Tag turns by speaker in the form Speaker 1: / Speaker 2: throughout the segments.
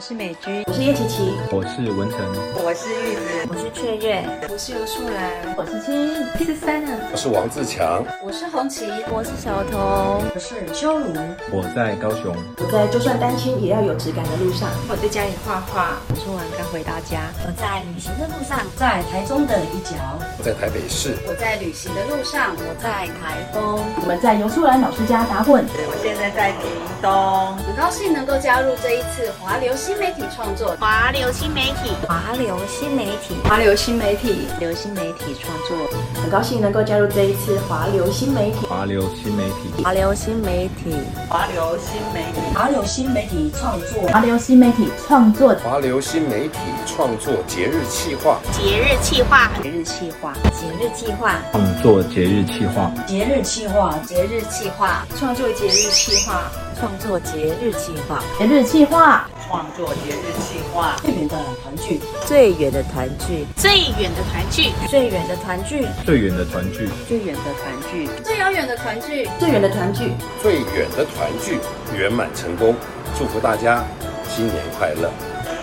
Speaker 1: 是美居，
Speaker 2: 我是叶琪琪，
Speaker 3: 我是文成，
Speaker 4: 我是玉子，
Speaker 5: 我是雀月，
Speaker 6: 我是游树兰，
Speaker 7: 我是七十三啊，
Speaker 8: 我是王自强，
Speaker 9: 我是红旗，
Speaker 10: 我是小童，
Speaker 11: 我是秋如，
Speaker 3: 我在高雄，
Speaker 2: 我在就算单亲也要有质感的路上，
Speaker 6: 我在家里画画，
Speaker 1: 我说完刚回到家，
Speaker 12: 我在旅行的路上，
Speaker 13: 在台中的一角，
Speaker 8: 我在台北市，
Speaker 14: 我在旅行的路上，我在台东，
Speaker 2: 我们在游树兰老师家打混，
Speaker 4: 我现在在屏东，
Speaker 14: 很高兴能够加入这一次华流新媒体创作，
Speaker 5: 华流新媒体，
Speaker 9: 华流新媒体，
Speaker 6: 华流新媒体，
Speaker 1: 流新媒体创作，
Speaker 2: 很高兴能够加入这一次华流新媒体，
Speaker 3: 华流新媒体，
Speaker 5: 华流新媒体，
Speaker 4: 华流新媒体，
Speaker 13: 华流新媒体创作，
Speaker 2: 华流新媒体创作，
Speaker 8: 华流新媒体创作节日企划，
Speaker 5: 节日企划，
Speaker 1: 节日企划，
Speaker 9: 节日企划，
Speaker 3: 创作节日企划，
Speaker 13: 节日企划，
Speaker 14: 节日企划，
Speaker 6: 创作节日企划，
Speaker 5: 创作节日企划，
Speaker 2: 节日企划。
Speaker 4: 创作节日计划，
Speaker 13: 最远的团聚，
Speaker 9: 最远的团聚，
Speaker 5: 最远的团聚，
Speaker 9: 最远的团聚，
Speaker 3: 最远的团聚，
Speaker 1: 最远的团聚，
Speaker 14: 最遥远的团聚，
Speaker 2: 最远的团聚，
Speaker 8: 最远的团聚圆满成功，祝福大家新年快乐！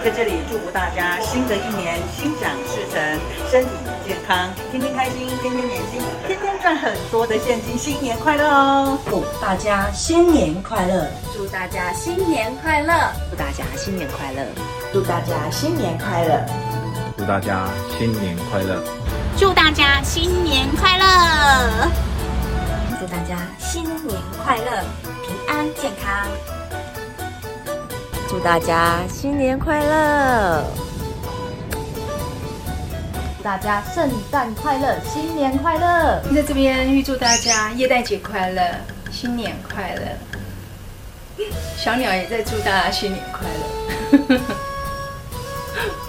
Speaker 4: 在这里祝福大家新的一年心想事成，身体健康，天天开心，天天年轻，天天赚很多的现金，新年快乐哦！
Speaker 13: 祝大家新年快乐！
Speaker 14: 祝大家新年快乐！
Speaker 1: 祝大家新年快乐！
Speaker 2: 祝大家新年快乐！
Speaker 3: 祝大家新年快乐！
Speaker 5: 祝大家新年快乐！
Speaker 9: 祝大家新年快乐，平安健康！
Speaker 1: 祝大家新年快乐！
Speaker 7: 大家圣诞快乐，新年快乐！
Speaker 6: 在这边预祝大家耶诞节快乐，新年快乐！小鸟也在祝大家新年快乐。